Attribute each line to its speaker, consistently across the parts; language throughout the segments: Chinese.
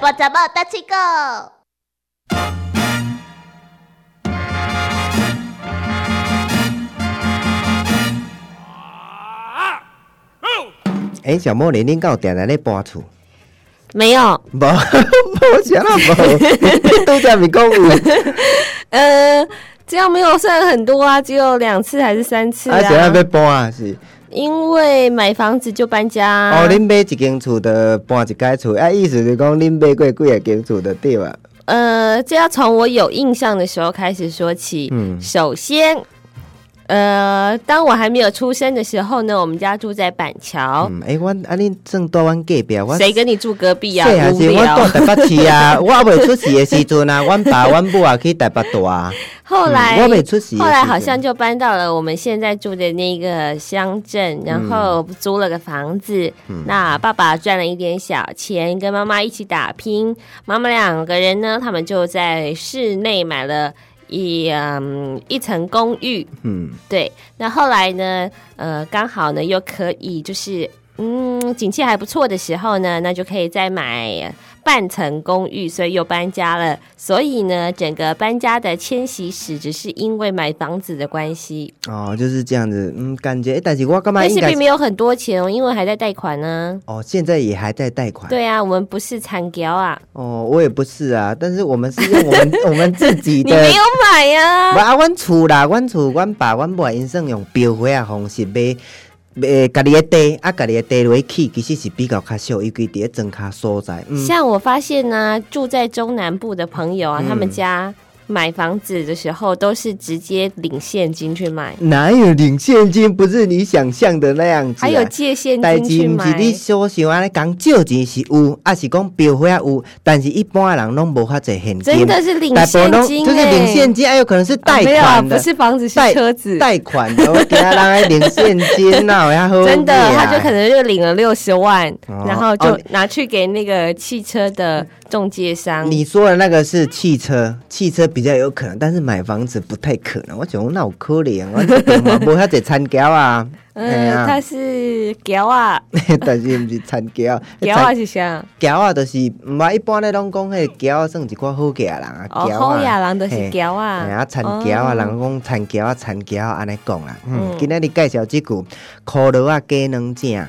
Speaker 1: 波怎么大气 go？
Speaker 2: 哎、小莫，你恁敢有定定咧搬厝？
Speaker 3: 没有，
Speaker 2: 无，无啥啦，无。 你拄则咪讲有，
Speaker 3: 呃，这样没有算很多啊，只有两次还是三次
Speaker 2: 啊，谁要要搬啊？是。
Speaker 3: 因为买房子就搬家啊。
Speaker 2: 哦，恁买一间厝的搬一间厝，啊，意思是讲恁买过几个间厝的对啊。
Speaker 3: 呃，这要从我有印象的时候开始说起。
Speaker 2: 嗯
Speaker 3: 首先，呃，当我还没有出生的时候呢，我们家住在板桥。
Speaker 2: 嗯，哎、我啊，恁算住阮隔壁，我
Speaker 3: 哦谁跟你住隔壁呀、啊
Speaker 2: 细汉
Speaker 3: 无
Speaker 2: 时我
Speaker 3: 聊。
Speaker 2: 住台北市啊， 我未出世的时阵啊，阮爸阮母也去台北住啊。
Speaker 3: 后来、
Speaker 2: 嗯我没出席
Speaker 3: 后来好像就搬到了我们现在住的那个乡镇，然后租了个房子。那爸爸赚了一点小钱，跟妈妈一起打拼。妈妈两个人呢，他们就在市内买了一嗯一层公寓。
Speaker 2: 嗯，
Speaker 3: 对，那后来呢，呃，刚好呢又可以就是。嗯，景气还不错的时候呢，那就可以再买半层公寓，所以又搬家了。所以呢，整个搬家的迁徙史只是因为买房子的关系，
Speaker 2: 哦，就是这样子，嗯，感觉，但是我干嘛
Speaker 3: 但
Speaker 2: 应
Speaker 3: 是
Speaker 2: 该
Speaker 3: 并没有很多钱哦，因为还在贷款呢、
Speaker 2: 哦，现在也还在贷款。
Speaker 3: 对啊，我们不是残条啊，
Speaker 2: 哦，我也不是啊，但是我们是用我 们我们自己
Speaker 3: 你
Speaker 2: 的。
Speaker 3: 没有买
Speaker 2: 无
Speaker 3: 啊。
Speaker 2: 啊，阮厝啦，阮厝，阮爸、阮母因算用标花啊方式买，买家己的地，啊，家己的地落去起，其实是比较较俗，尤其伫咧庄卡所在。嗯，
Speaker 3: 像我发现呢、住在中南部的朋友啊，他们
Speaker 2: 嗯
Speaker 3: 家买房子的时候都是直接领现金去买。
Speaker 2: 哪有领现金不是你想象的那样子、啊？
Speaker 3: 还有借现
Speaker 2: 代
Speaker 3: 金
Speaker 2: 志
Speaker 3: 去
Speaker 2: 毋
Speaker 3: 买
Speaker 2: 是，你所想安尼讲借钱是有，啊是讲标花有，但是一般的人拢无法做现金，
Speaker 3: 真的是领
Speaker 2: 大部分
Speaker 3: 现
Speaker 2: 拢
Speaker 3: 金、欸，
Speaker 2: 就是领现金，还有可能是贷
Speaker 3: 啊
Speaker 2: 款
Speaker 3: 没有，
Speaker 2: 的
Speaker 3: 不，是房子是
Speaker 2: 贷
Speaker 3: 车子，
Speaker 2: 贷款的，我给他让他领现金，那我要喝啊
Speaker 3: 真的，他就可能就领了六十万，
Speaker 2: 哦
Speaker 3: 然后就
Speaker 2: 哦
Speaker 3: 拿去给那个汽车的中介商。
Speaker 2: 你说的那个是汽车，汽车比较有可能，但是买房子不太可能。我想说那有可怜，我这个嘛无遐侪参交啊，哎
Speaker 3: 嗯，他
Speaker 2: 呀，
Speaker 3: 是胶 啊，
Speaker 2: 但是毋是参 交，
Speaker 3: 胶啊是啥？
Speaker 2: 桥啊，就是毋啊，一般咧拢讲迄桥啊，算一寡好桥人啊，
Speaker 3: 哦，
Speaker 2: 桥
Speaker 3: 好亚
Speaker 2: 啊，
Speaker 3: 郎的是胶啊，
Speaker 2: 哎啊，田桥啊，人讲田桥啊，田桥啊，安尼讲啦。嗯
Speaker 3: 嗯，
Speaker 2: 今仔日介绍即句，苦螺啊鸡卵正，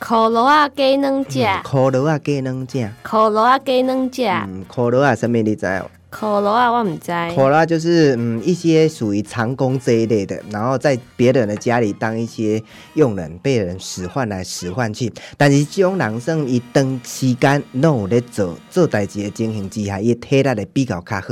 Speaker 3: 烤肉啊给能吃，
Speaker 2: 苦螺啊鸡卵正，
Speaker 3: 烤肉啊给能吃，
Speaker 2: 嗯，苦螺啊，什么你知道？
Speaker 3: 烤肉啊我唔知道。
Speaker 2: 苦螺就是嗯一些属于长工这一类的，然后在别人的家里当一些佣人，被人使唤来使唤去。但是这种人算伊长时间拢有咧做做代志的情形之下，伊的体力会比较较好。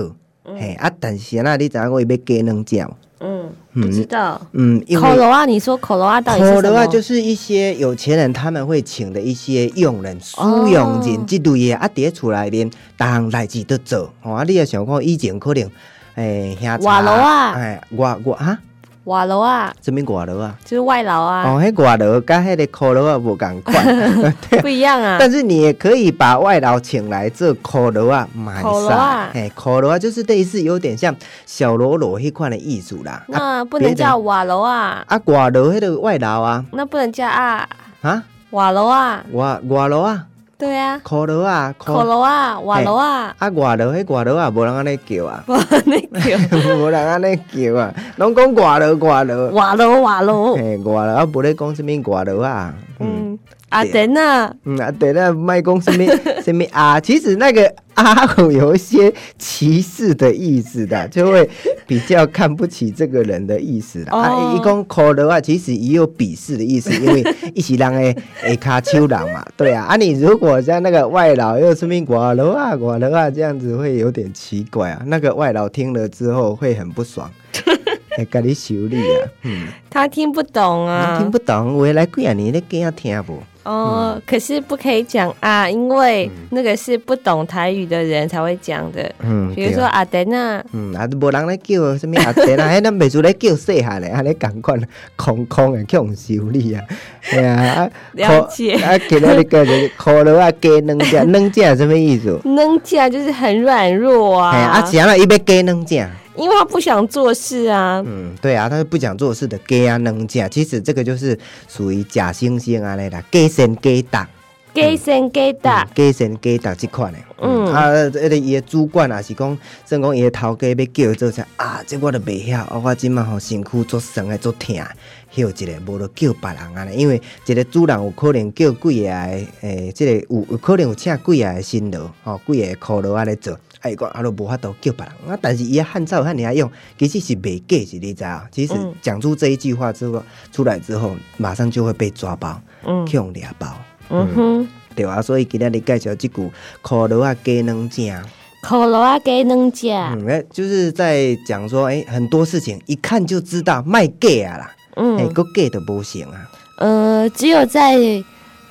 Speaker 2: 嘿、啊，但是啊，你知影我伊要鸡卵食无？
Speaker 3: 嗯，不知道。
Speaker 2: 嗯，因
Speaker 3: 烤
Speaker 2: 为
Speaker 3: 肉啊，你说烤肉啊到底是
Speaker 2: 苦
Speaker 3: 什
Speaker 2: 的话
Speaker 3: 么？
Speaker 2: 就是一些有钱人他们会请的一些佣人、使用
Speaker 3: 哦
Speaker 2: 人这类的，啊，伫咧厝内面，逐项代志都做。吼、啊，你也想看以前可能，诶、兄弟
Speaker 3: 外劳啊
Speaker 2: 哎，外外啊，
Speaker 3: 瓦楼啊，
Speaker 2: 什么外劳啊？
Speaker 3: 就是外劳啊。
Speaker 2: 哦，迄外劳甲迄个苦劳啊无共 款，
Speaker 3: 不一样啊。
Speaker 2: 但是你也可以把外劳请来做苦劳啊，买
Speaker 3: 苦劳
Speaker 2: 啥
Speaker 3: 啊？
Speaker 2: 哎，苦劳啊，就是类似有点像小喽啰迄款的艺术啦。啊
Speaker 3: 那不能
Speaker 2: 别的
Speaker 3: 叫瓦楼啊，
Speaker 2: 啊，外劳迄个外劳啊，
Speaker 3: 那不能叫啊
Speaker 2: 啊，
Speaker 3: 瓦楼啊，
Speaker 2: 外外劳啊，
Speaker 3: 对啊，
Speaker 2: 苦劳啊，苦
Speaker 3: 口楼啊，瓦楼啊，，
Speaker 2: 啊，外头迄外头也无人安尼叫啊
Speaker 3: 不那个
Speaker 2: 无人安尼叫啊，拢讲外头外头，
Speaker 3: 瓦楼瓦楼，
Speaker 2: 嘿，外头啊，无咧讲什物外头啊，嗯。
Speaker 3: 嗯，阿等啊，
Speaker 2: 嗯啊，对了，卖讲什么什么啊？其实那个啊，有一些歧视的意思的，就会比较看不起这个人的意思啦。啊，
Speaker 3: 哦
Speaker 2: 一讲可的话，其实也有鄙视的意思，因为一起人诶诶卡丘人嘛，对啊。啊，你如果像那个外劳又说明寡楼啊寡楼啊这样子，会有点奇怪啊。那个外劳听了之后会很不爽，会跟你修理啊。嗯，
Speaker 3: 他听不懂 啊，
Speaker 2: 听不懂，我来几啊年咧惊听无。
Speaker 3: 哦，可是不可以讲啊，因为那个是不懂台语的人才会讲的，
Speaker 2: 嗯，
Speaker 3: 比如
Speaker 2: 对
Speaker 3: 说
Speaker 2: 啊
Speaker 3: 阿等啊，
Speaker 2: 嗯，啊，都无人咧叫什物啊阿爹 啦，迄咱袂输咧叫细汉咧，安尼共款空空诶，去互修理啊。哎呀，啊
Speaker 3: 了解
Speaker 2: 啊，今仔日个就是苦劳啊，鸡卵只，卵只是什么意思？
Speaker 3: 能讲就是很软弱啊，
Speaker 2: 哎呀，啊，谁啦？伊要鸡卵只。
Speaker 3: 因为他不想做事啊，
Speaker 2: 嗯，对啊，他是不想做事的啊鸡啊，卵只。其实这个就是属于假惺惺安尼啦，鸡生鸡蛋。
Speaker 3: 给神给的，
Speaker 2: 加薪加达即款的，嗯，啊，迄个伊的主管也是讲，算讲伊的头家要叫伊做啥啊，这我都袂晓，啊，我即满吼身躯足酸的足疼，休一个，无就叫别人安尼，因为一个主人有可能叫几个的，诶、即、个有有可能有请几个的新劳，吼、几个的苦劳安尼做。啊，伊讲啊，都无法度叫别人啊，但是伊的汉草汉尔用，其实是袂假是你知影。其实
Speaker 3: 嗯
Speaker 2: 讲出这一句话之后，出来之后，马上就会被抓包，
Speaker 3: 嗯
Speaker 2: 去用掠包。
Speaker 3: 嗯哼，
Speaker 2: 对啊，所以今天你介绍这句苦劳啊鸡卵正，
Speaker 3: 可乐啊给能吃，
Speaker 2: 嗯，哎，就是在讲说，哎，很多事情一看就知道卖假啊啦，哎、
Speaker 3: 嗯
Speaker 2: 个假都无行啊，
Speaker 3: 呃，只有在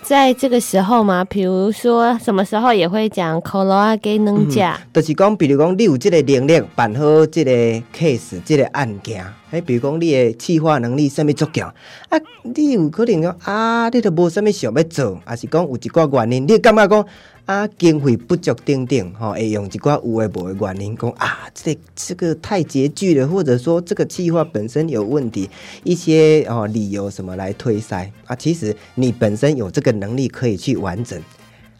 Speaker 3: 在这个时候嘛，比如说什么时候也会讲可乐啊给能吃，
Speaker 2: 就是讲，比如讲，你有这个能力办好这个 case 这个案件，哎，比如讲你的企划能力什么足强，啊，你有可能讲啊，你都无什么想要做，还是讲有一寡原因，你感觉讲啊经费不足等等，吼、会用一寡有诶无诶原因讲啊，这个这个太拮据了，或者说这个企划本身有问题，一些哦理由什么来推塞啊，其实你本身有这个能力可以去完整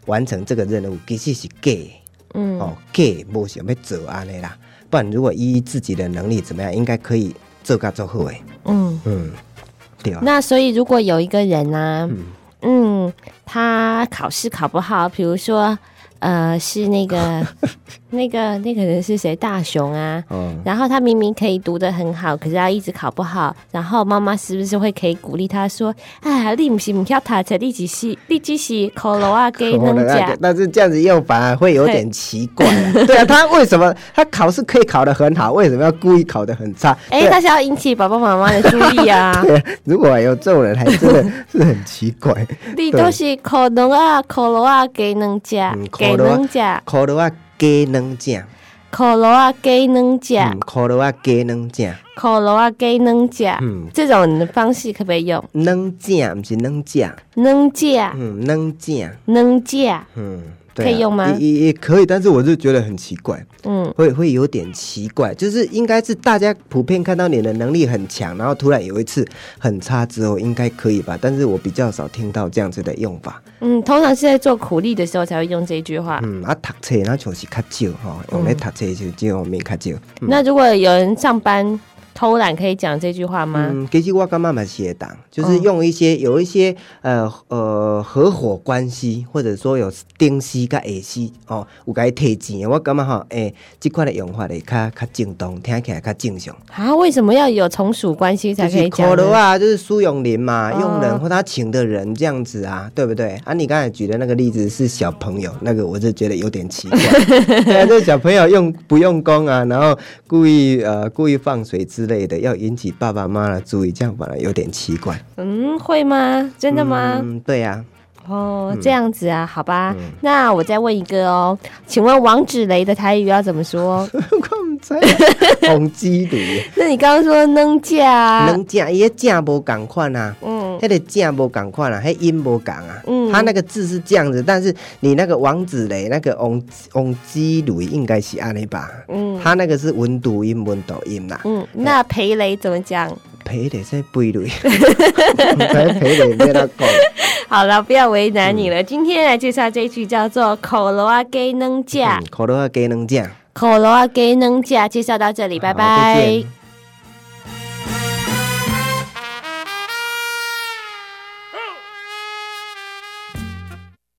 Speaker 2: 完成这个任务，其实是假的。
Speaker 3: 嗯
Speaker 2: 哦，假无想要做安尼啦。不然如果依自己的能力怎么样，应该可以做较做好诶。
Speaker 3: 嗯。
Speaker 2: 嗯，对啊。
Speaker 3: 那所以如果有一个人啊，嗯他考试考不好，比如说呃是那 个那个那个人是谁？大雄啊。
Speaker 2: 嗯，
Speaker 3: 然后他明明可以读得很好，可是他一直考不好。然后妈妈是不是会可以鼓励他说：“哎，你不是不要读册，你只是你只是考楼啊，给
Speaker 2: 可
Speaker 3: 能
Speaker 2: 能啊
Speaker 3: 讲。
Speaker 2: 但是这样子用反而会有点奇怪啊、对啊，他为什么他考试可以考得很好，为什么要故意考得很差？”
Speaker 3: 哎，
Speaker 2: 对啊
Speaker 3: 但是要引起爸爸妈妈的注意 啊！
Speaker 2: 对啊如果有这种人，还真的是很奇怪。
Speaker 3: 你都是考能啊，考楼啊，给能讲
Speaker 2: 嗯，考
Speaker 3: 给
Speaker 2: 楼啊
Speaker 3: 能讲，
Speaker 2: 考了啊，鸡卵正，
Speaker 3: 考楼啊，给能讲
Speaker 2: 嗯，。考了啊，鸡卵正，
Speaker 3: 烤肉啊，给能假，
Speaker 2: 嗯
Speaker 3: 这种方式可不可以用？
Speaker 2: 卵正不是卵正，
Speaker 3: 能假，
Speaker 2: 嗯，卵正，
Speaker 3: 能假，
Speaker 2: 嗯，对啊
Speaker 3: 可以用吗
Speaker 2: 也也也可以，但是我就觉得很奇怪。
Speaker 3: 嗯
Speaker 2: 会会有点奇怪，就是应该是大家普遍看到你的能力很强，然后突然有一次很差之后，应该可以吧？但是我比较少听到这样子的用法。
Speaker 3: 嗯，通常是在做苦力的时候才会用这一句话。
Speaker 2: 嗯，啊，读册那就是较少吼，用来读册就这方面较少。
Speaker 3: 那如果有人上班偷懒，可以讲这句话吗？哦
Speaker 2: 嗯，其实我感觉嘛是会当，就是用一些、有一些呃呃合伙关系，或者说有顶西甲下西哦，有甲伊提钱的，我感觉吼，诶、即款的用法会较较正当，听起来较正常。
Speaker 3: 啊，为什么要有从属关系才
Speaker 2: 就
Speaker 3: 可
Speaker 2: 是
Speaker 3: 以
Speaker 2: 可
Speaker 3: 讲
Speaker 2: 乐
Speaker 3: 呢？
Speaker 2: 啊，就是苏永林嘛，
Speaker 3: 哦
Speaker 2: 用人或他请的人这样子啊，对不对？啊，你刚才举的那个例子是小朋友，那个我就觉得有点奇怪。 对啊，就是小朋友用不用功啊，然后故意呃故意放水之类的，要引起爸爸妈妈的注意，这样反而有点奇怪。
Speaker 3: 嗯，会吗？真的吗？
Speaker 2: 嗯，对 呀、嗯
Speaker 3: 哦，这样子啊，好吧。那我再问一个哦，请问王芷蕾的台语要怎么 说？
Speaker 2: 啊，我唔知啊，红基里
Speaker 3: 那你刚刚说能假 啊，
Speaker 2: 能正伊个正无共款啊。
Speaker 3: 嗯
Speaker 2: 那个正无共款啊，迄音无共啊，
Speaker 3: 嗯
Speaker 2: 他那个字是这样子，但是你那个王子雷那个王王基雷应该是安尼吧？
Speaker 3: 嗯
Speaker 2: 他那个是文读音文读音啦，
Speaker 3: 嗯，那裴雷怎么讲？
Speaker 2: 赔得是 肥雷， 才赔得没那讲，
Speaker 3: 好了，不要为难你了。
Speaker 2: 嗯
Speaker 3: 今天来介绍这一句叫做“口罗啊给能架
Speaker 2: 嗯，可乐给能讲，
Speaker 3: 啊口罗啊给能架”，介绍到这里，拜
Speaker 2: 好再
Speaker 3: 拜
Speaker 2: 见。